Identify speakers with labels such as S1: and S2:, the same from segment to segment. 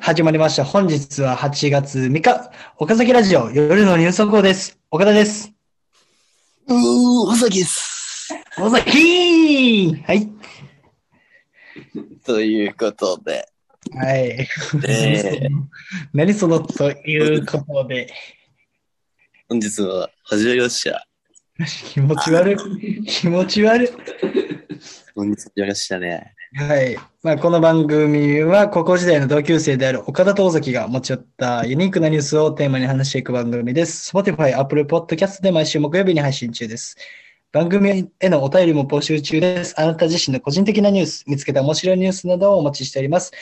S1: 始まりました。本日は8月3日、岡崎ラジオ夜のニュース速報です。岡田です。
S2: うーん、尾崎です。
S1: 岡崎はい。
S2: ということ で。
S1: はい。
S2: え
S1: 何そのということで、
S2: 本日は始まりました。
S1: 気持ち悪い。気持ち悪い。
S2: 本日始まりましたね。
S1: はい。まあ、この番組は、高校時代の同級生である岡田と尾崎が持ち寄ったユニークなニュースをテーマに話していく番組です。Spotify、Apple Podcast で毎週木曜日に配信中です。番組へのお便りも募集中です。あなた自身の個人的なニュース、見つけた面白いニュースなどをお待ちしております。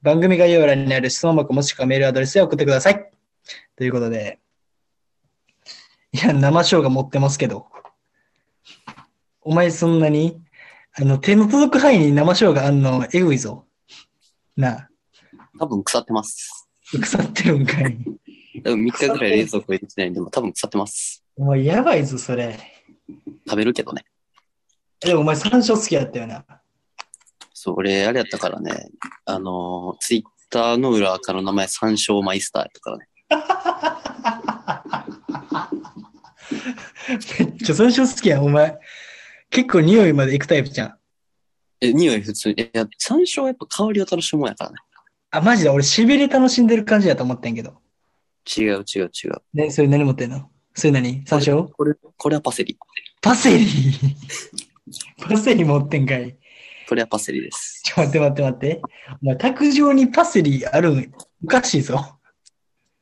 S1: 番組概要欄にある質問箱もしくはメールアドレスへ送ってください。ということで。いや、生ショーが持ってますけど。お前そんなにあの、手の届く範囲に生生姜あんの、えぐいぞ。なあ、
S2: 多分腐ってます。
S1: 腐ってるんかい。
S2: 多分3日ぐらい冷蔵庫入れてないんで、もう多分腐ってます。
S1: お前やばいぞ、それ。
S2: 食べるけどね。
S1: え、でもお前山椒好きやったよな。
S2: そう、俺、あれやったからね、あのー、ツイッターの裏からの名前、山椒マイスターやったからね。
S1: めっちゃ山椒好きやん、お前。結構匂いまで行くタイプじゃん。
S2: え、匂い普通に。えいや、山椒はやっぱ香りを楽しむもんやからね。
S1: あ、マジで俺、しびれ楽しんでる感じやと思ってんけど。
S2: 違う違う違う。
S1: ね、それ何持ってんのそれ何山椒
S2: これ、これはパセリ。
S1: パセ リ。パセリ持ってんかい。
S2: これはパセリです。
S1: ちょ、待って待って待って。お前、卓上にパセリあるん、おかしいぞ。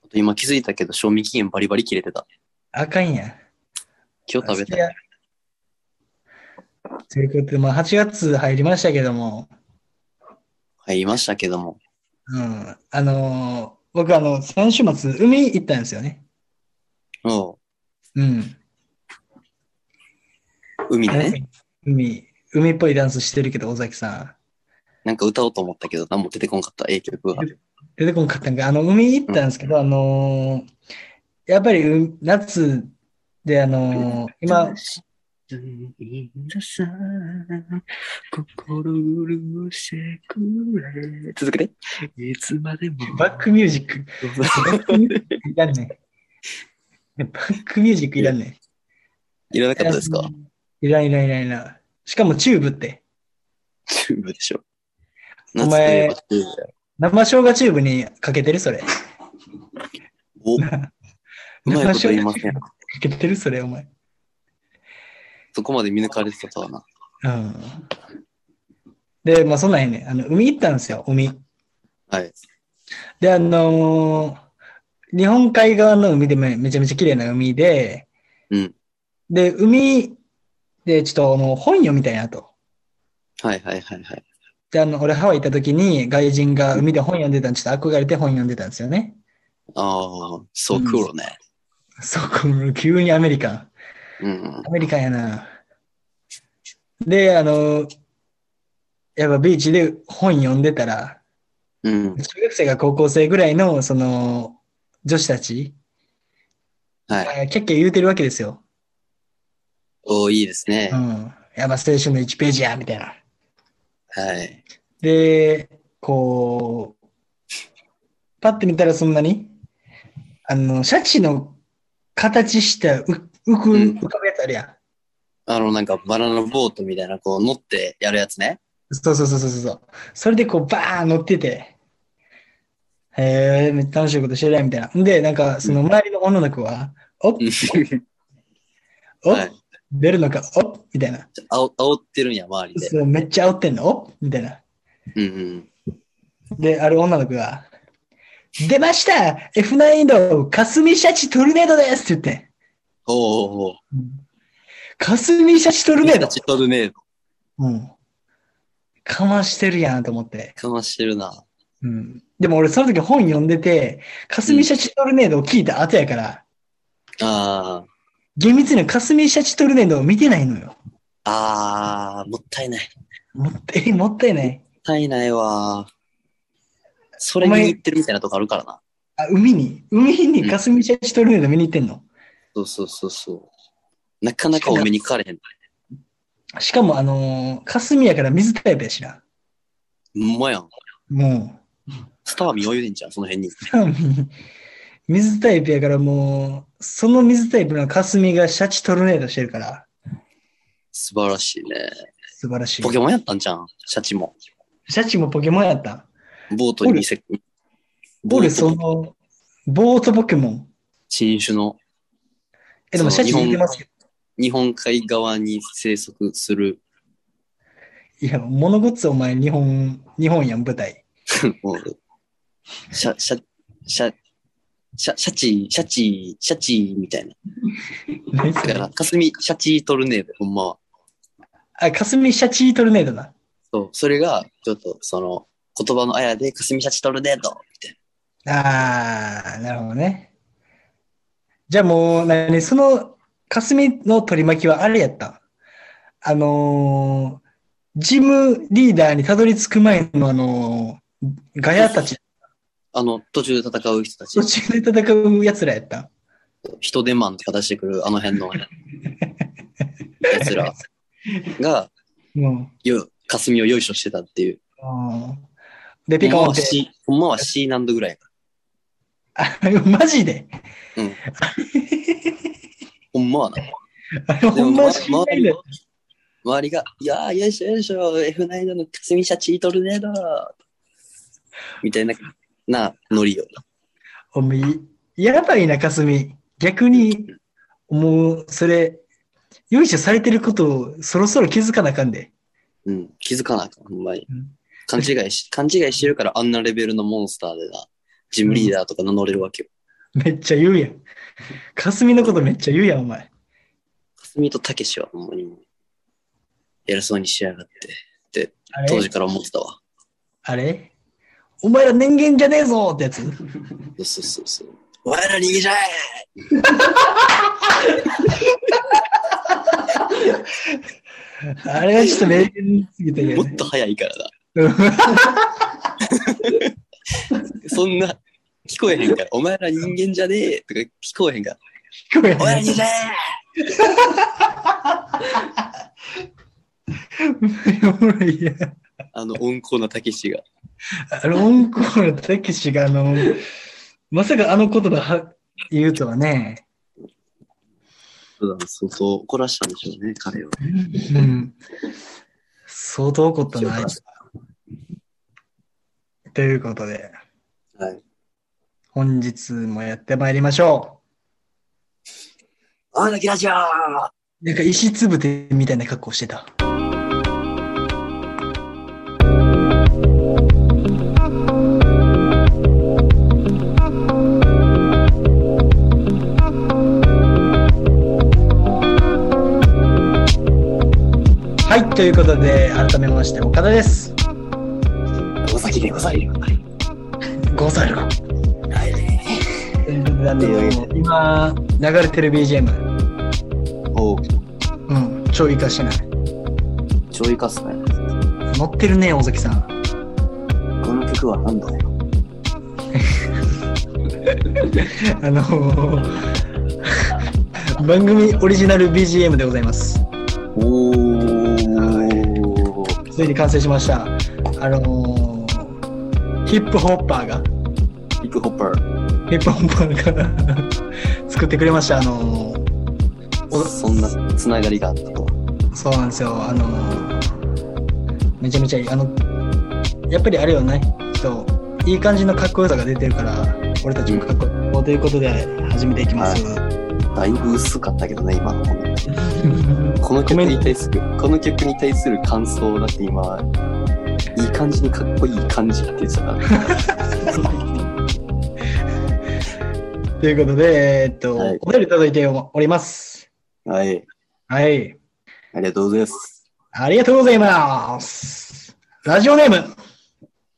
S2: あと今気づいたけど、賞味期限バリバリ切れてた。
S1: あかんやん。
S2: 今日食べたい。
S1: ということで、まあ、8月入りましたけども、
S2: はい、言いましたけども。
S1: うん、あのー僕、あの、先週末、海行ったんですよね。
S2: おう
S1: うん。
S2: 海でね。
S1: 海、海っぽいダンスしてるけど、尾崎さ
S2: なんか歌おうと思ったけど、何も出てこんかった、A 曲が。
S1: ん。出てこんかったんか。あの、海行ったんですけど、あのーやっぱり、う夏で、あのー今、、
S2: 心潤してくれ。続けて。いつまでも。
S1: バックミュージック、バックミュージックいらんねん。バックミュージックいらんねん。
S2: いらなかったですか
S1: いらんいらんいらんいらん。しかもチューブって。
S2: チューブでしょ。
S1: お前
S2: 夏といえばチューブだよ
S1: 生生姜チューブにかけてるそれ。か
S2: お、うまいこと言いません。
S1: けてるそれ、お前。
S2: そこまで見抜かれてたとはな。
S1: うん。で、まあそんなんやね。あの、海行ったんですよ、海。
S2: はい。
S1: で、あのー日本海側の海でめめちゃめちゃ綺麗な海で、
S2: うん。
S1: で、海でちょっとあの本読みたいなと。
S2: はいはいはいはい。
S1: で、あの、俺ハワイ行った時に外人が海で本読んでたんちょっと憧れて本読んでたんですよね。
S2: ああ、そうクールね。
S1: そこ、急にアメリカン。
S2: うん。
S1: アメリカンやな。で、あの、やっぱビーチで本読んでたら、
S2: うん。
S1: 中学生が高校生ぐらいの、その、女子たち、
S2: はい。
S1: キャッキャ言うてるわけですよ。
S2: おいいですね
S1: う。ん。やば、青春の1ページや、みたいな。
S2: はい。
S1: で、こう、パッて見たらそんなに、あの、シャチの形したう浮く、
S2: うん
S1: 浮かぶやつあるやん。
S2: あの、なんかバナナボートみたいな、こう乗ってやるやつね。
S1: そうそうそうそうそう。それでこうバーン乗ってて、へえ、めっちゃ楽しいことしてるやんみたいな。んで、なんかその周りの女の子は、おっ、おっ、
S2: はい
S1: 出るのか、おっ、みたいな。
S2: あお煽ってるんや、周りで。
S1: そうめっちゃ煽ってんの、おっ、みたいな。
S2: うんうん。
S1: で、ある女の子が、出ました !F9 の霞シャチトルネードですって言って。
S2: おうおうおう。
S1: 霞シャチトルネード
S2: チトルネード。
S1: うん。かましてるやんと思って。
S2: かましてるな。
S1: うん。でも俺その時本読んでて、霞シャチトルネードを聞いた後やから、
S2: あ
S1: 厳密には霞シャチトルネードを見てないのよ。
S2: あ。ああ、もったいない。もっ
S1: もったい、もったいない。
S2: たいないわ。それ見に行ってるみたいなとこあるからな。
S1: あ、海に、海に
S2: うん
S1: 霞シャチトルネード見に行ってんの。
S2: そうそうそうそう。なかなかお目にかかれへん。
S1: しかも、あのー、霞やから水タイプやしな。
S2: ほんまやん。
S1: も
S2: スター見よう言うてんじゃん、その辺に。
S1: 水タイプやからもう、その水タイプの霞がシャチトルネードしてるから、
S2: 素晴らしいね。
S1: 素晴らしい
S2: ポ。ケモンやったんじゃん、シャチも。
S1: シャチもポケモンやった。
S2: ボートに見せ、ボ
S1: 俺、
S2: ー
S1: そ
S2: ト
S1: の、ボートポケモン。
S2: 新種の
S1: え、でもシ
S2: そ
S1: ャ
S2: う
S1: チ似てますけど。
S2: 日本海側に生息する、
S1: いや、物ごっつお前、日本、日本やん、舞台。
S2: もうシャ、シャ、シャ、シャ、シャチ、シャチ、シャチみたいな。
S1: 何そ
S2: だか
S1: れ
S2: ら、霞、シャチトルネード、ほんまは。
S1: あ、霞シャチトルネードな。
S2: そう、それが、ちょっと、その、言葉のあやで、霞シャチトルネードみたい
S1: あー、なるほどね。じゃあもう、何、その、霞の取り巻きはあれやった。あのージムリーダーにたどり着く前のあのーガヤたち、
S2: な。あの、途中で戦う人たち
S1: 途、中で戦う奴らやった。
S2: 人手マンとか出してくる、あの辺の、奴らが、
S1: うん。
S2: よ、霞をよいしょしてたっていう。
S1: うんで、
S2: ほ
S1: ピ
S2: ん
S1: カ
S2: ま
S1: オン
S2: は
S1: って、
S2: C、ほんまは C 難度ぐらいやから。
S1: あマジで
S2: うん。ほんまはな。
S1: あれ、
S2: で
S1: ほ
S2: も
S1: んま
S2: 周
S1: 知りたいん
S2: り
S1: だ
S2: も周りが、いやー、よいしょよいしょ、F9 の霞シャチトルネードみたいな、な、ノリよ。
S1: おめえやばいな、かすみ。逆に、もう、それ、用意書されてることをそろそろ気づかなあかんで。
S2: うん、気づかなあかん、ほんまに
S1: うん。
S2: 勘違いし、勘違いしてるからあんなレベルのモンスターでな、ジムリーダーとか名乗れるわけよ。
S1: めっちゃ言うやん。かすみのことめっちゃ言うやん、お前。
S2: 霞とたけしはほんまにもう、偉そうにしやがって、
S1: あ
S2: 当
S1: れ
S2: 時から思ってたわ。
S1: あれお前ら人間じゃねえぞってやつ。
S2: そうそうそうそう。お前ら逃げちゃえ
S1: あれはちょっと名言すぎたけ
S2: も
S1: ど
S2: っ
S1: ね。
S2: と早いからな。
S1: うん
S2: そんな、聞こえへんから、お前ら人間じゃねえとか聞こえへんから、
S1: 聞こえ
S2: お前
S1: な
S2: ら
S1: い
S2: 逃げちゃえ
S1: おもろいやん
S2: あの温厚なたけしが。
S1: あの、オンコールたけしが、あの、まさかあの言葉は言うとはね。
S2: そうだ、相当怒らしたんでしょうね、彼を。
S1: うん相当怒ったな、あいつということで、
S2: はい。
S1: 本日もやってまいりましょ
S2: あら、キラちゃん
S1: う。なんか石つぶてみたいな格好してた。はい、ということで、改めまして、岡田です。
S2: お先でございます。
S1: ござる。
S2: はい。
S1: ということであの今流れてる BGM、
S2: おう、
S1: うん、超活かしてない。
S2: ちょいかすね。
S1: 乗ってるね、大崎 さん。
S2: この曲は何だよ。
S1: あの 番組オリジナル BGM でございます。
S2: おー。
S1: ついに完成しました。あのヒップホッパーが、
S2: ヒップホッパー。
S1: ヒップホッパーが 作ってくれました。あのお
S2: そんなつながりがあったとは。
S1: そうなんですよ。あのめちゃめちゃいい。あの、やっぱりあれよね。ちょっと、いい感じのかっこよさが出てるから、俺たちもかっこよということで始めていきます。
S2: だいぶ薄かったけどね、今のコメントこの曲に対する、この曲に対する感想だって今、いい感じにかっこいい感じって言って たから。
S1: ということで、えーっと、
S2: はい
S1: お便り届いております。
S2: はい。
S1: はい。
S2: ありがとうございます。
S1: ありがとうございます。ラジオネーム、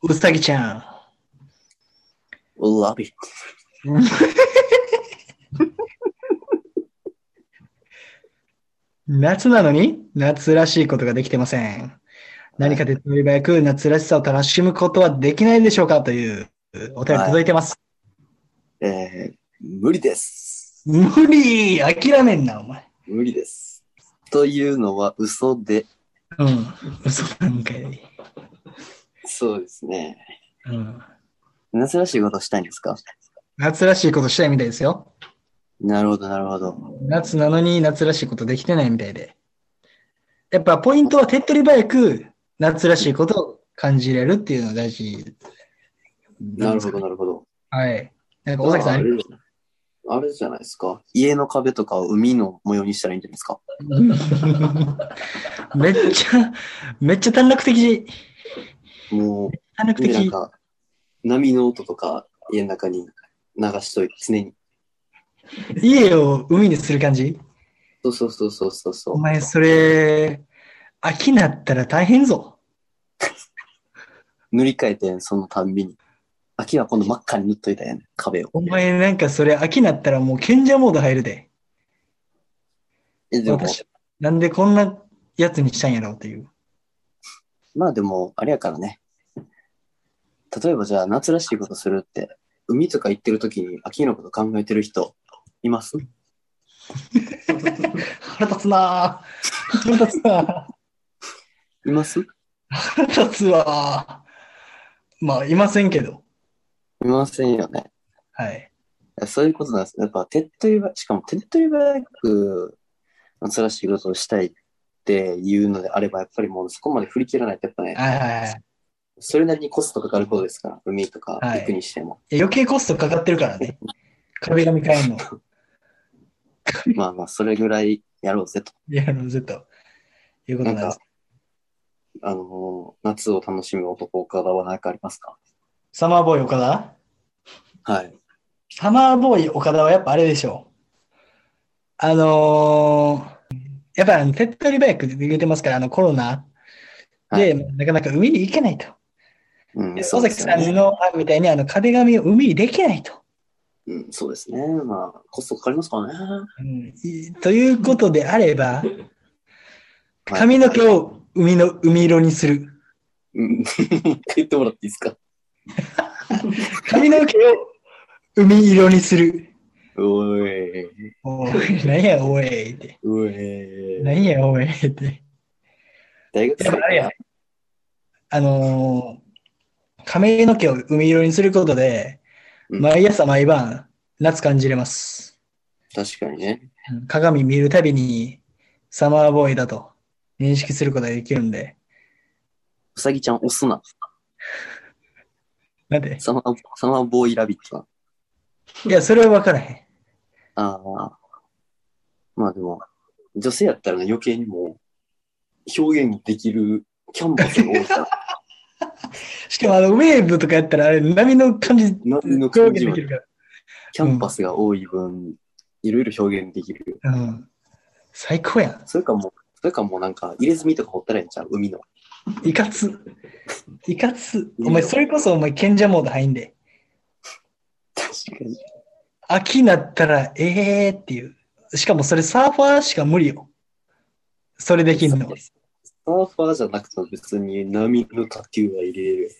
S1: うさぎちゃん。
S2: おラビ
S1: 夏なのに夏らしいことができてません。何か手っ取り早く夏らしさを楽しむことはできないでしょうかというお便り届いてます。
S2: えー、無理です。
S1: 無理諦めんな、お前。
S2: 無理です。というのは嘘で、
S1: うん。嘘なんかより
S2: そうですね。
S1: うん。
S2: 夏らしいことしたいんですか
S1: 夏らしいことしたいみたいですよ。
S2: なるほど、なるほど。
S1: 夏なのに夏らしいことできてないみたいで。やっぱポイントは手っ取り早く夏らしいことを感じれるっていうのが大事。
S2: なるほど、。なるほど。
S1: はい。なんか尾崎さんあ
S2: あ
S1: り
S2: れあれじゃないですか。家の壁とかを海の模様にしたらいいんじゃないですか。
S1: めっちゃ、めっちゃ短絡的。
S2: も
S1: 短絡
S2: う、ね、なん
S1: 的。
S2: か、波の音とか家の中に流しといて、常に。
S1: 家を海にする感じ
S2: そうそうそうそうそうそう
S1: お。前それ、秋になったら大変ぞ。
S2: 塗り替えてん、そのたんびに。秋は今度真っ赤に塗っといたやん、壁を。
S1: お前なんかそれ秋になったらもう賢者モード入るで。
S2: えでも、
S1: 私なんでこんなやつにしたんやろうっていう。
S2: まあでも、あれやからね。例えばじゃあ、夏らしいことするって、海とか行ってる時に秋のこと考えてる人、います
S1: 腹立つなぁ。腹立つなぁ。
S2: いますい
S1: 腹立つわぁ。まあ、いませんけど。
S2: ませんよね。
S1: はい。
S2: そういうことなんです。やっぱ、手っ取り早しかも手っ取り早く、夏らしいことをしたいっていうのであれば、やっぱりもうそこまで振り切らないと、やっぱね、
S1: はいはいはい。
S2: それなりにコストかかることですから、海とか
S1: はい
S2: 行くにしても。
S1: いや余計コストかかってるから ね。壁紙変えんの。
S2: まあまあ、それぐらいやろうぜと。
S1: いや、あの、ずっと。いうことなんで
S2: なん
S1: す
S2: か。あのー夏を楽しむ男岡田は何かありますか
S1: サマーボーイ岡田
S2: はい。
S1: サマーボーイ岡田はやっぱあれでしょう。あのーやっぱあの手っ取り早く言ってますから、あのコロナで、なかなか海に行けないと。
S2: うん、
S1: で
S2: そ
S1: 尾
S2: うで
S1: 崎
S2: す
S1: さん
S2: ね。
S1: の案みたいにあの壁紙を海にできないと。
S2: うん、そうですね。まあ、コストかかりますからね。
S1: うんいということであれば、
S2: はい
S1: 髪の毛を海の海色にする。
S2: うん、 言ってもらっていいですか
S1: 髪の毛を海色にする。
S2: おい、
S1: おい、何やおいって。
S2: おい。
S1: 何やおいって。
S2: 大学生
S1: やっぱあれやあのー髪の毛を海色にすることで、
S2: うん
S1: 毎朝毎晩、夏感じれます。
S2: 確かにね。
S1: うん鏡見るたびに、サマーボーイだと認識することができるんで、
S2: うさぎちゃん押すな。
S1: なんで
S2: サマーサマーボーイラビット
S1: いや、それは分からへん。
S2: な。ああ。まあでも、女性やったらね余計にもう、表現できるキャンバスが多いから、
S1: しかもあの、ウェーブとかやったら、あれ、波の感じ、
S2: 波の感じ
S1: 表現
S2: ま
S1: でき
S2: で
S1: るか
S2: キャンバスが多い分、いろいろ表現できる。
S1: ら。うん。最高やん。
S2: それかもう、それかもうなんか、入れ墨とか掘ったらいいんちゃう海の。
S1: いかつ。いかつ。
S2: いいよ
S1: お前、それこそお前、賢者モード入んで。
S2: 確かに。
S1: 秋になったら、ええーっていう。しかもそれサーファーしか無理よ。それできんの。
S2: サーファーじゃなくても別に波の卓球は入れる。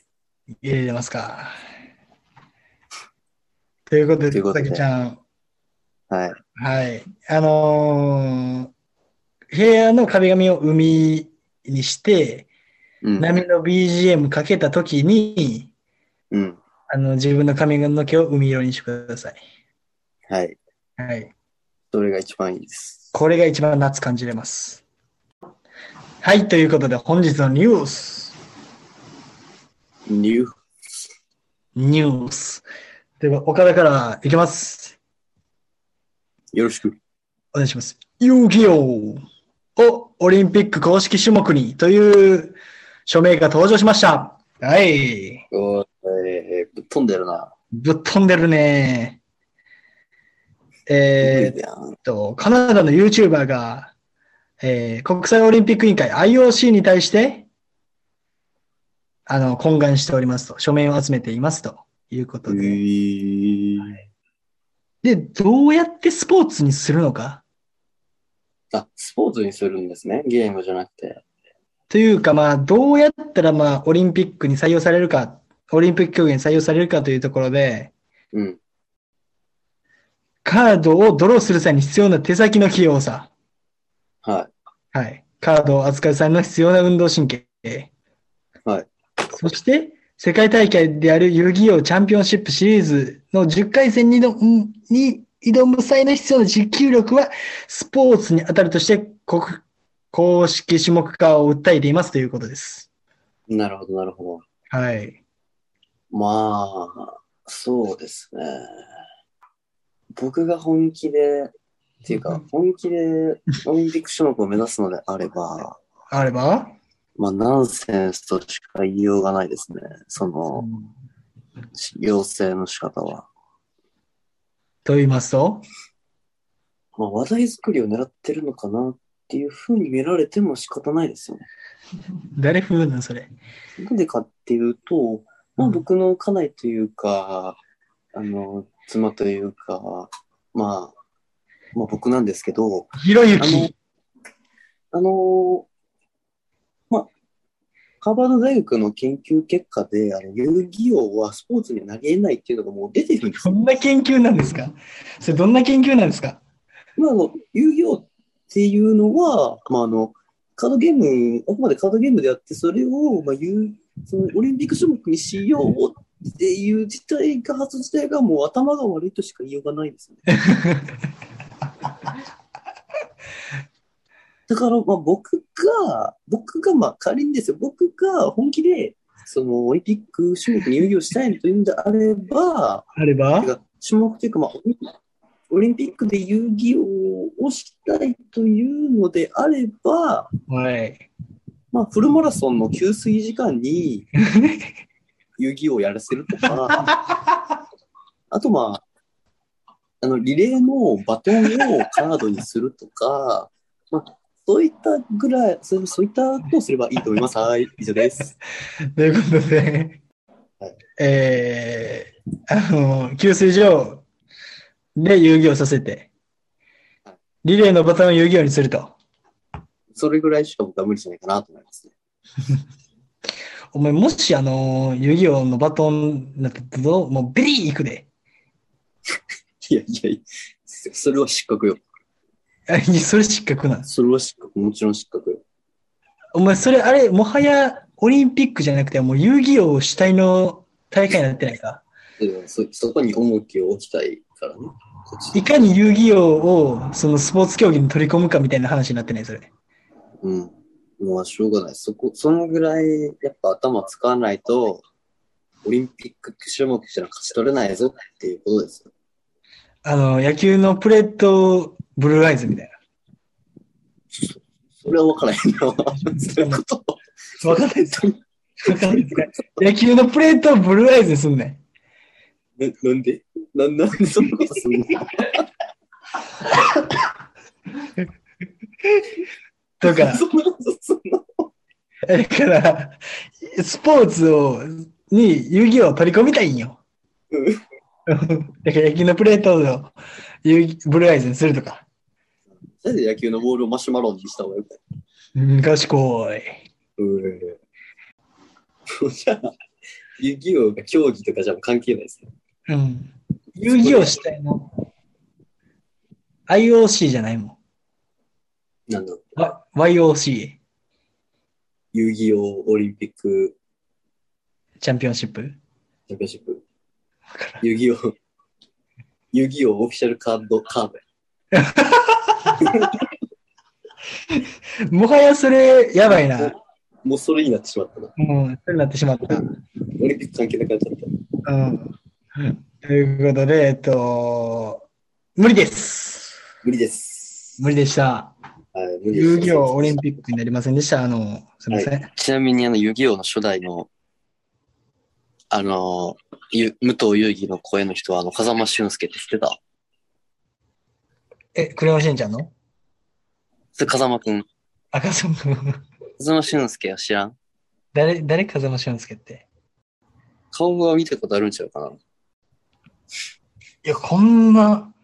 S1: 入れれますか。ということ
S2: とい
S1: で、
S2: うことで
S1: さきちゃん。
S2: はい。
S1: はい。あのー部屋の壁紙を海にして、
S2: うん。
S1: 波の BGM かけたときに、
S2: うん。
S1: あの、自分の髪の毛を海色にしてください。
S2: はい。
S1: はい。
S2: それが一番いいです。
S1: これが一番夏感じれます。はい。ということで、本日のニュース。
S2: ニュー
S1: ニュース。では、岡田からいきます。
S2: よろしく。
S1: お願いします。遊戯王をオリンピック公式種目にという署名が登場しました。はい。
S2: おーえー、ぶっ飛んでるな。
S1: ぶっ飛んでるね。
S2: え
S1: えー、えっと、カナダの YouTuber が、えー国際オリンピック委員会 IOC に対して、あの、懇願しておりますと、署名を集めていますというこ
S2: え
S1: とで。
S2: ー、
S1: で、どうやってスポーツにするのか
S2: あ、スポーツにするんですね。ゲームじゃなくて。
S1: というか、まあ、どうやったら、まあ、オリンピックに採用されるか、オリンピック競技に採用されるかというところで、
S2: うん。
S1: カードをドローする際に必要な手先の器用さ。
S2: は
S1: はい。カードを扱う際の必要な運動神経。
S2: はい。
S1: そして、世界大会である遊戯王チャンピオンシップシリーズの10回戦に挑むに挑む際の必要な持久力はスポーツに当たるとして国公式種目化を訴えていますということです。
S2: なるほど、なるほ
S1: はい。
S2: ど。まあ、そうですね。僕が本気で、っていうか、本気でオリンピック種目を目指すのであれば、
S1: あれば
S2: まあ、ナンセンスとしか言いようがないですね。その、要請の仕方は。
S1: と言いますと
S2: まあ、話題作りを狙ってるのかなっていうふうに見られても仕方ないですよね。
S1: 誰風なんそれ。
S2: なんでかっていうと、まあ、
S1: うん
S2: 僕の家内というか、あの、妻というか、まあ、まあ、僕なんですけど、
S1: ひろゆ
S2: あの
S1: き。、
S2: あの、まあ、ハーバード大学の研究結果で、あの、遊戯王はスポーツにはなり得ないっていうのがもう出てるんです
S1: ど
S2: よ。
S1: んな研究なんですかそれどんな研究なんですか
S2: まあ、あの、遊戯王っていうのは、まあ、あの、カードゲーム、あくまでカードゲームであって、それを、まあ、遊そのオリンピック種目にしようっていう自体が、発想自体がもう頭が悪いとしか言いようがないですね。だから、まあ、僕が、僕が、まあ、仮にですよ、僕が本気で、そのオリンピック種目に遊戯をしたいというんであれば、
S1: あれば
S2: が種目というか、まあ、オリンオリンピックで遊戯王をしたいというのであれば、
S1: はい。
S2: まあ、フルマラソンの給水時間に遊戯王をやらせるとか、あとまあ、あのリレーのバトンをカードにするとか、まあ、そういったぐらい、そうそういったことをすればいいと思います。はい、以上です。
S1: ということで
S2: はい、
S1: えー、あの、給水所で遊戯をさせて、リレーのバトンを遊戯王にすると。
S2: それぐらいしか僕は無理じゃないかなと思いますね。
S1: お前、もし、あの、遊戯王のバトンになったらどう、もう、ビリー行くで。
S2: いやいやいや、それは失格よ。
S1: あいやそれ失格なんです。
S2: それは失格、もちろん失格よ。
S1: お前、それ、あれ、もはや、オリンピックじゃなくて、もう、遊戯王主体の大会になってないか。
S2: うんそそこに重きを置きたいからね。こっち
S1: いかに遊戯王を、その、スポーツ競技に取り込むかみたいな話になってない、それ。
S2: うん。まあ、しょうがない。そこ、そのぐらい、やっぱ頭使わないと、オリンピック種目っていうのは勝ち取れないぞっていうことですよ。
S1: あの、野球のプレート、ブルーアイズみたい
S2: それは分からへんな。そういうこと。
S1: な。わかんないです。
S2: な
S1: わかんないですね。 野球のプレートをブルーアイズにすんねん。
S2: なんでななんでそんなことするの
S1: だから、
S2: そんなことするの
S1: だから、スポーツを、に遊戯王を取り込みたいんよ。
S2: うん
S1: だから野球のプレートを遊戯ブルーアイズにするとか。
S2: なんで野球のボールをマシュマロンにした方がよくない
S1: うん、賢い。
S2: うん。じゃあ、遊戯王が競技とかじゃ関係ないですね。
S1: うん。遊戯王主体の IOC じゃないも
S2: なんだろう。
S1: ん。わ YOC、
S2: 遊戯王オリンピック
S1: チャンピオンシップ。
S2: チャンピオンシップ。遊戯王、遊戯王オフィシャルカード、カードや。
S1: もはやそれ、やばいな。
S2: もうそれになってしまったな。
S1: うん、そうなってしまった。
S2: オリンピック関係なくなっちゃった。
S1: うん。ということで、えっと、無理です。
S2: 無理です。
S1: 無理でした。
S2: はい、無理です
S1: 遊戯王オリンピックになりませんでした。あの、すみません。
S2: ちなみに、あの、遊戯王の初代の、あの、ゆ武藤遊戯の声の人は、あの、風間俊介って知ってた
S1: え、クレヨンしんちゃんの
S2: それ風間くん。
S1: 赤さんの
S2: 風間俊介は知らん
S1: 誰、誰風間俊介って。
S2: 顔は見たことあるんちゃうかない
S1: や、こんな、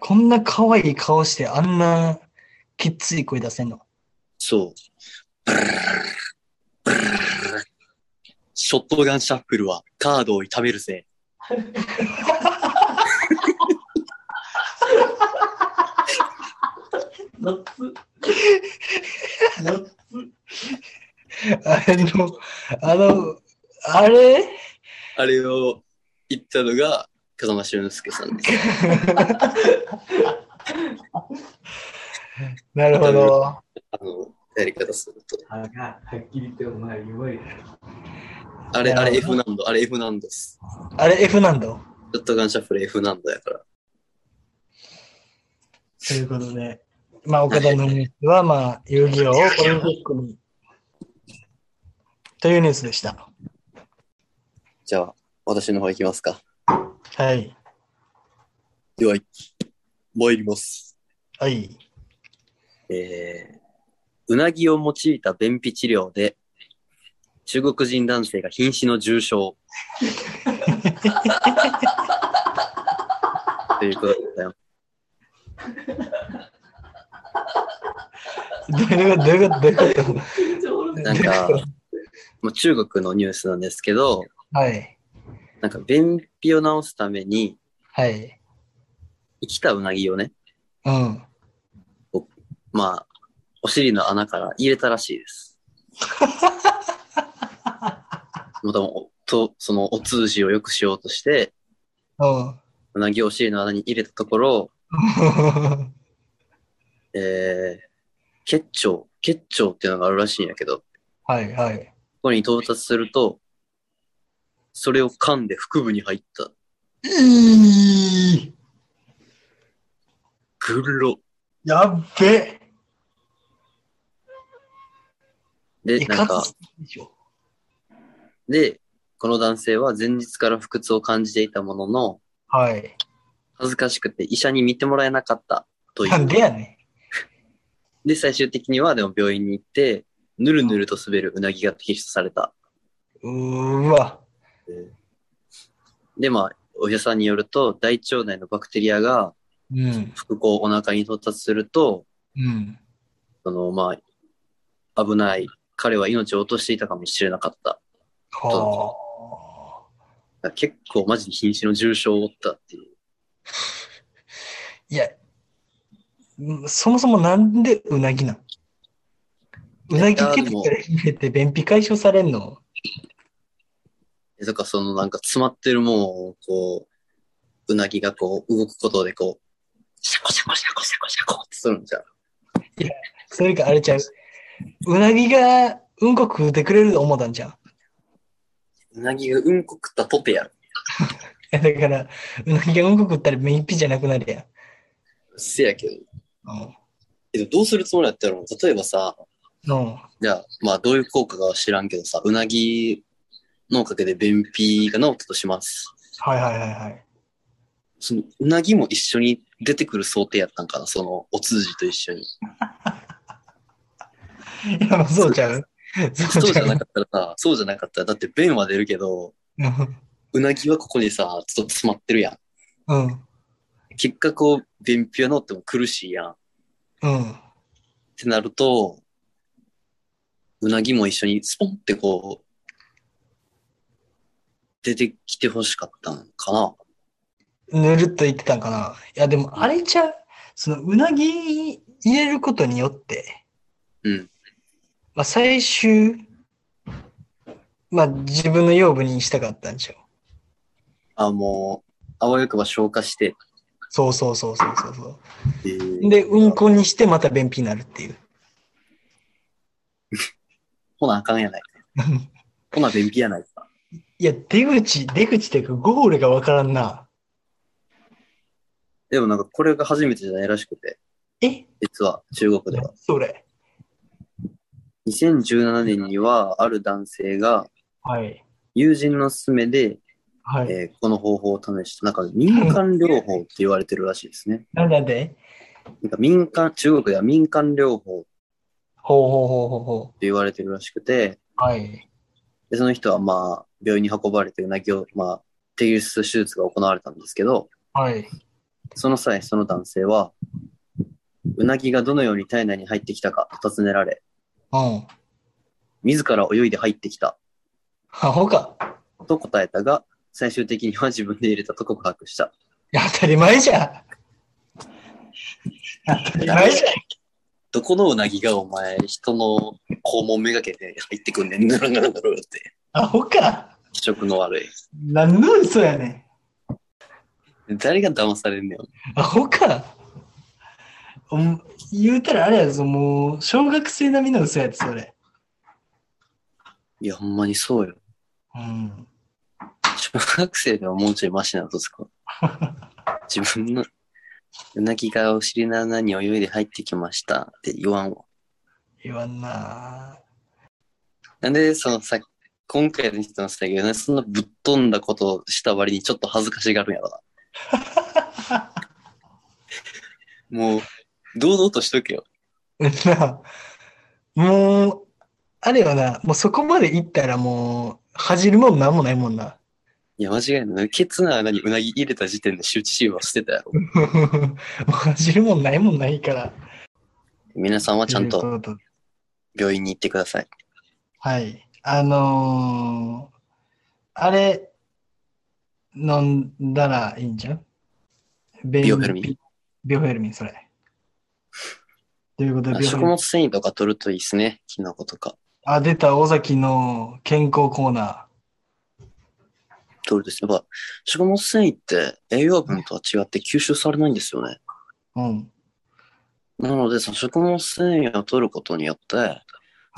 S1: こんな可愛い顔して、あんな、きっつい声出せんの。
S2: そう。ブルルルルルショットガンシャッフルはカードを炒めるぜ。
S1: 夏。夏。あの、あの、あれ
S2: あれを言ったのが、風間俊介さんです。
S1: なるほど。
S2: あの、やり方すると。
S1: 歯がはっきりとお前弱い。
S2: あれ、あ
S1: な
S2: れ
S1: る
S2: F 難度、あれ F 難度です。
S1: あれ F なんだ。
S2: ショットガンシャッフル F 難度やから。
S1: ということで、まあ、岡田のニュースは、まあ、遊戯王をオリンピックに。というニュースでした。
S2: じゃあ、私の方行きますか。
S1: はい。
S2: では、参ります。
S1: はい。
S2: えーうなぎを用いた便秘治療で、中国人男性が瀕死の重傷。ということでございます。
S1: どういうことどういうことどういうこと
S2: なんか、もう中国のニュースなんですけど、
S1: はい。
S2: なんか便秘を治すために、
S1: はい。
S2: 生きたうなぎをね、
S1: うん。
S2: まあ、お尻の穴から入れたらしいです。もともと、そのお通じを良くしようとして、
S1: うん。
S2: うなぎをお尻の穴に入れたところ、えー、結腸、結腸っていうのがあるらしいんやけど、こ
S1: はいはい。
S2: こに到達すると、それを噛んで腹部に入った。
S1: いい
S2: ぐるろ。
S1: やっべ
S2: で、
S1: い
S2: な
S1: か
S2: んか、
S1: つでしょ。
S2: で、この男性は前日から不屈を感じていたものの、
S1: はい。
S2: 恥ずかしくて医者に見てもらえなかったとい
S1: なん
S2: う。
S1: でやね
S2: で、最終的にはでも病院に行って、ぬるぬると滑るうなぎが摘出された。
S1: ん。うーわ。
S2: で、まあ、お医者さんによると、大腸内のバクテリアが
S1: うん。
S2: 腹腔お腹に到達すると、
S1: うん。
S2: その、まあ、危ない。彼は命を落としていたかもしれなかった。
S1: はあ。
S2: だから結構マジで瀕死の重傷を負ったっていう。
S1: いや、んそもそもなんでうなぎなんうなぎケツからひねって便秘解消されんの
S2: えだからそのなんか詰まってるもんを、こう、うなぎがこう動くことでこう、シャコシャコシャコシャコシャコってするんじゃん。
S1: それかあれちゃう。うなぎがうんこ食うてくれると思ったんじゃん。
S2: うなぎがうんこ食ったとてやる。
S1: え だから、うなぎがうんこ食ったら便秘じゃなくなるやん。
S2: せやけど。
S1: うん。
S2: えでもどうするつもりだったの例えばさ、
S1: の、
S2: じゃあ、まあどういう効果かは知らんけどさ、うなぎのおかげで便秘が治ったとします。
S1: はいはいはいはい。
S2: そのうなぎも一緒に出てくる想定やったんかなそのお通じと一緒に。
S1: いや、まあそうちゃう。
S2: そ
S1: そうう
S2: じ
S1: ち
S2: ゃ
S1: ゃ
S2: な
S1: う。
S2: かったらさ、そうじゃなかったら、だって便は出るけど、うなぎはここにさ、ちょっと詰まってるや
S1: うん。うん
S2: ん。結果こう、便秘は治っても苦しいやん。っ
S1: うん。
S2: てなると、うなぎも一緒にスポンってこう、出てきてほしかったんかな
S1: ぬるっと言ってたんかな。いや、でもあれちゃう。その、うなぎ入れることによって、
S2: うん。
S1: まあ最終、まあ自分の養分にしたかったんちゃう。
S2: あ、もう、あわよくば消化して。
S1: そうそうそうそうそうそ。
S2: っていうう
S1: で、うんこにしてまた便秘になるっていう。
S2: ほなあかんやないか。ほな便秘やないか。
S1: いや、出口、出口っていうかゴールがわからんな。
S2: でもなんかこれが初めてじゃないらしくて、
S1: え
S2: 実は中国では。
S1: それ。
S2: 2017年には、ある男性が、
S1: はい。
S2: 友人の勧めで、
S1: はい。
S2: えーこの方法を試した、なんか民間療法って言われてるらしいですね。
S1: なんだって
S2: なんか民間、中国では民間療法って
S1: ほうほうほうほうほ
S2: 言われてるらしくて、
S1: う。はい。
S2: でその人はまあ、病院に運ばれてうなぎを、まあ、摘出手術が行われたんですけど、
S1: はい。
S2: その際、その男性は、うなぎがどのように体内に入ってきたかと尋ねられ、
S1: うん。
S2: 自ら泳いで入ってきた
S1: アホか。
S2: と答えたが、最終的には自分で入れたと告白した。
S1: いや当たり前じゃん。当たり前じゃん。
S2: どこのうなぎがお前、人の肛門めがけて入ってくんねん、ぬるぬるぬるって。
S1: アホか。
S2: 気色の悪い。
S1: 何の嘘やねん。
S2: 誰が騙されんねん。
S1: アホか。おん言うたらあれやぞ、もう、小学生並みの嘘やつ、それ。
S2: いや、ほんまにそうよ。
S1: うん。
S2: 小学生ではもうちょいマシな嘘つく わ。自分の、うなぎがお尻の穴に泳いで入ってきましたって言わんわ。
S1: 言わんな
S2: なんで、そのさ、今回の人のさ、ね、そんなぶっ飛んだことをした割にちょっと恥ずかしがるんやろ な。もう、堂々としとけよ。
S1: ぁ。なあもう、あれよな、もうそこまで行ったらもう、恥じるもんなんもないもんな。
S2: いや、間違いない。ケツの穴にうなぎ入れた時点で羞恥心は捨てたやろ。
S1: もう恥じるもんないもんないから。
S2: 皆さんはちゃん
S1: と
S2: と
S1: いうことで
S2: 病院に行ってください。
S1: はい。あのー、あれ、飲んだらいいんじゃんビ
S2: ビオフェルミン。
S1: ビオフェルミン、それ。ということで、
S2: あ
S1: ビオフェ
S2: 食
S1: ルミン
S2: 物。繊維とか取るといいですね。キノコとか。
S1: あ、出た、尾崎の健康コーナ
S2: 取るとですね。やっぱ、食物繊維って栄養分とは違って吸収されないんですよね。
S1: ー。うん。
S2: なので、その食物繊維を取ることによって、
S1: は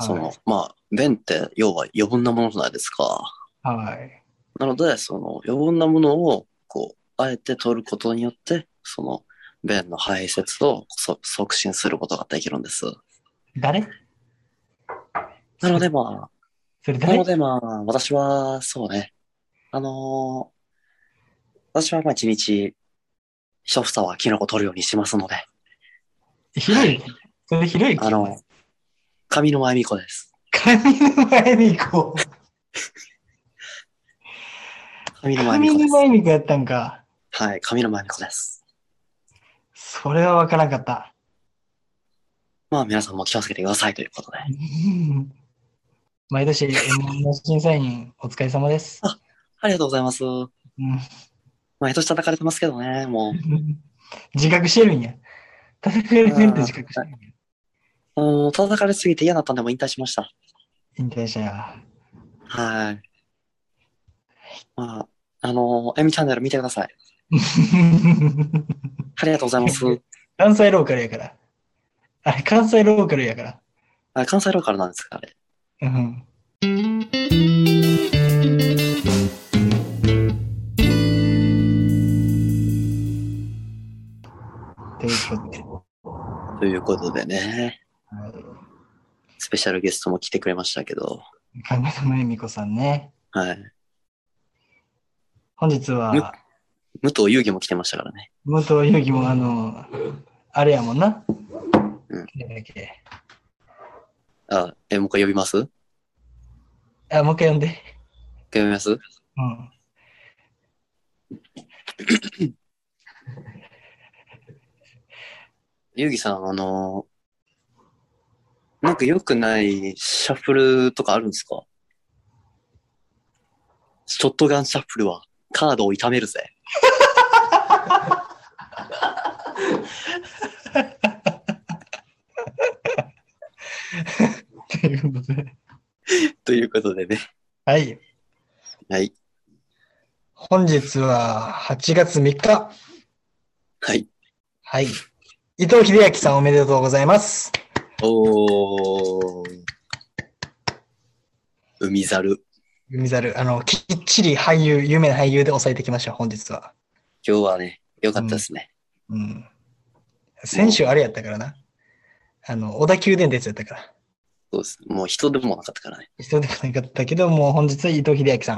S1: い
S2: その、まあ、便って要は余分なものじゃないですか。
S1: はい。
S2: なので、その余分なものを、こう、あえて取ることによって、その、便の排泄をそ促進することができるんです。
S1: 誰
S2: なので、ま
S1: それ
S2: あ、な
S1: 誰
S2: ので、まあ、私は、そうね。あのー私は、まあ、一日、一房はキノコ取るようにしますので、
S1: ひろゆきそれひろゆき
S2: あの、上沼恵美子です。
S1: 上沼恵美子。
S2: 上沼恵美
S1: 上
S2: 子です
S1: 沼。恵美子やったんか。
S2: はい、上沼恵美子です。
S1: それはわからんかった。
S2: まあ、皆さんも気をつけてくださいということで。
S1: うん 毎年、M1 の審査員、お疲れ様です。
S2: ありがとうございます。
S1: うん
S2: 毎年叩かれてますけどね、もう。
S1: 自覚してるんや。戦えるって自覚してるんや。
S2: もう叩かれすぎて嫌だったんでもう引退しました。
S1: 引退したや。
S2: はい。まあ、あのー、エミチャンネル見てください。ありがとうございます。
S1: 関西ローカルやから。あれ、関西ローカルやから。
S2: あ関西ローカルなんですか、あれ。
S1: うん。ということで、
S2: ということでね、
S1: は
S2: スペシャルゲストも来てくれましたけど、
S1: い、神田真由美子さんね。
S2: はい。
S1: 本日は、
S2: 武藤遊戯も来てましたからね。
S1: 武藤勇樹もあの、あれやもんな。
S2: うん
S1: なんだっけ
S2: あ、え、もう一回呼びますもう
S1: あ、もう一回読んで。
S2: 一回呼びます
S1: うん。
S2: 遊戯さん、あのー、なんか良くないシャッフルとかあるんですかショットガンシャッフルはカードを痛めるぜ。
S1: ということで。
S2: ということでね。
S1: はい。
S2: はい。
S1: 本日は8月3日。
S2: はい。
S1: はい。伊藤秀明さんおめでとうございます。
S2: おー。海猿。
S1: 海猿、あの、きっちり俳優、有名な俳優で抑えてきました、本日は。
S2: 今日はね、良かったですね。
S1: うん。先週あれやったからな。あの、小田急電鉄やったから。
S2: そうです。もう人でもなかったからね。
S1: 人でもなかったけど、もう本日は伊藤秀明さん。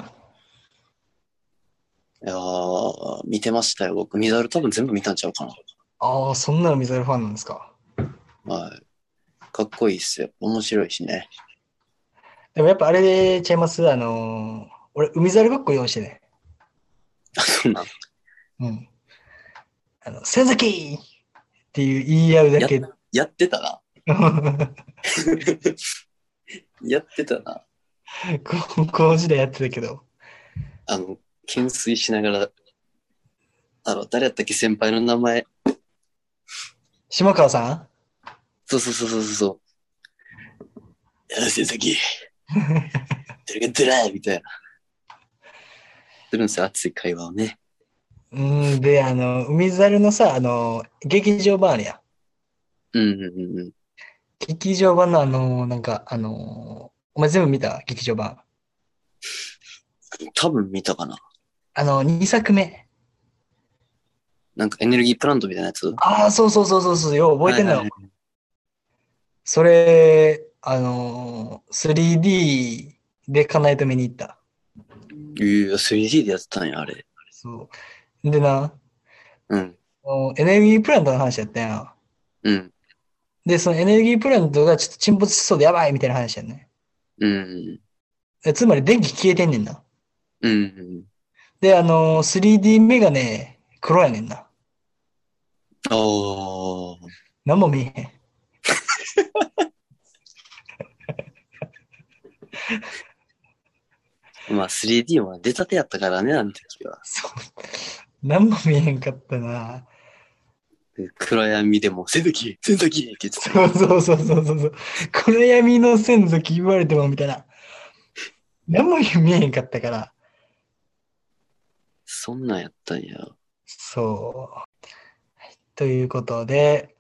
S2: いやー、見てましたよ、僕。海猿多分全部見たんちゃうか
S1: ああ、そんな海猿ファンなんですか。
S2: な。はい。かっこいいっすよ。面白いしね。
S1: でもやっぱあれでちゃいますあのー俺、海猿ごっこ用意してね。
S2: あ、そんなん。
S1: うん。あの、千崎っていう言い合うだ け。
S2: やってたな。 やってたな。
S1: 高校時代やってたけど。
S2: あの、懸垂しながら、あの、誰やったっけ先輩の名前。
S1: 下川さ
S2: そうそうそうそうそう。やらせ先。誰が出らみたいな。するんですよ、熱い会話をね。
S1: うん、で、あの、海猿のさ、あの、劇場版あるやん。
S2: うんうんうんうん。
S1: 劇場版のあの、なんか、あの、お前全部見た劇場版。
S2: 多分見たかな。
S1: あの、2作目。
S2: なんかエネルギープラントみたいなやつ
S1: ああ、そうそうそうそうそう、よう覚えてんだ
S2: はい
S1: ろ。それ、あの、3D で叶えと見に行った。
S2: いや、3D でやってたんや、あれ。
S1: そう。でな、
S2: うん。
S1: あのエネルギープラントの話やったやん。
S2: うん。
S1: で、そのエネルギープラントがちょっと沈没しそうでやばいみたいな話やね。
S2: うん。
S1: えつまり電気消えてんねんな。
S2: うん。
S1: で、あの、3D メガネ、黒やねんな。
S2: ああ。
S1: 何も見えへん。
S2: まあ 3D は出たてやったからね、あの時は。
S1: そう。何も見えへんかったな。
S2: で暗闇でも、千崎千崎って言ってた。
S1: そうそうそうそうそうそう。暗闇の先祖聞われてもみたいな。何も見えへんかったから。
S2: そんなんやったんや。
S1: そう。はいということで、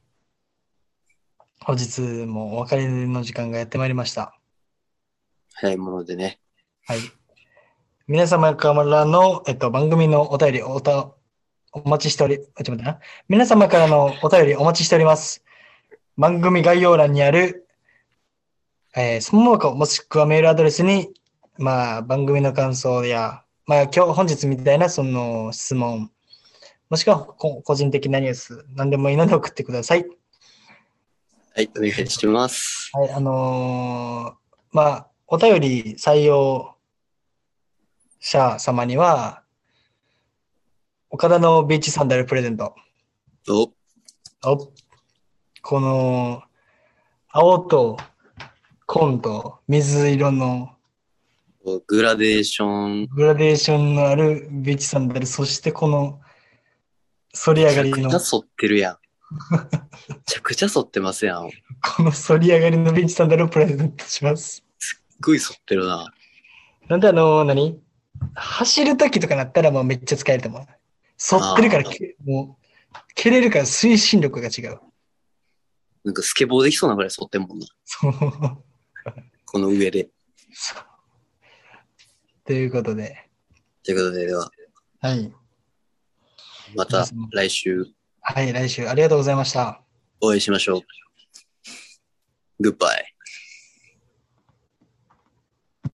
S1: 本日もお別れの時間がやってまいりました。
S2: 早いものでね。
S1: はい。皆様からの、えっと、番組のお便りおた、お待ちしており、あちょっと待ってな。皆様からのお便りお待ちしております。番組概要欄にある、えーその他もしくはメールアドレスに、まあ、番組の感想や、まあ、今日、本日みたいな、その、質問、もしくはこ個人的なニュース、何でもいいので送ってください。
S2: はい、お願いします。
S1: はい、あのーまあ、お便り採用者様には、岡田のビーチサンダルプレゼント。
S2: お、
S1: おこの、青と紺と水色の
S2: おグラデーション。
S1: グラデーションのあるビーチサンダル、そしてこの、反り上が
S2: め
S1: り
S2: ちゃく
S1: の
S2: ちゃ、反ってるやん。めちゃくちゃ反ってますやん。すっ
S1: この反り上がりのビーチサンダルをプレゼントします。
S2: ごい反ってるな。
S1: なんであのー、何走るときとかなったらもうめっちゃ使えると思う。反ってるから
S2: あー
S1: け、もう、蹴れるから推進力が違う。
S2: なんかスケボーできそうなぐらい反ってんもんな。
S1: そう。
S2: この上で。
S1: そうということで、
S2: ということで、では、
S1: はい。
S2: また来週
S1: はい、来週ありがとうございました。
S2: お会いしましょう。グッバイ。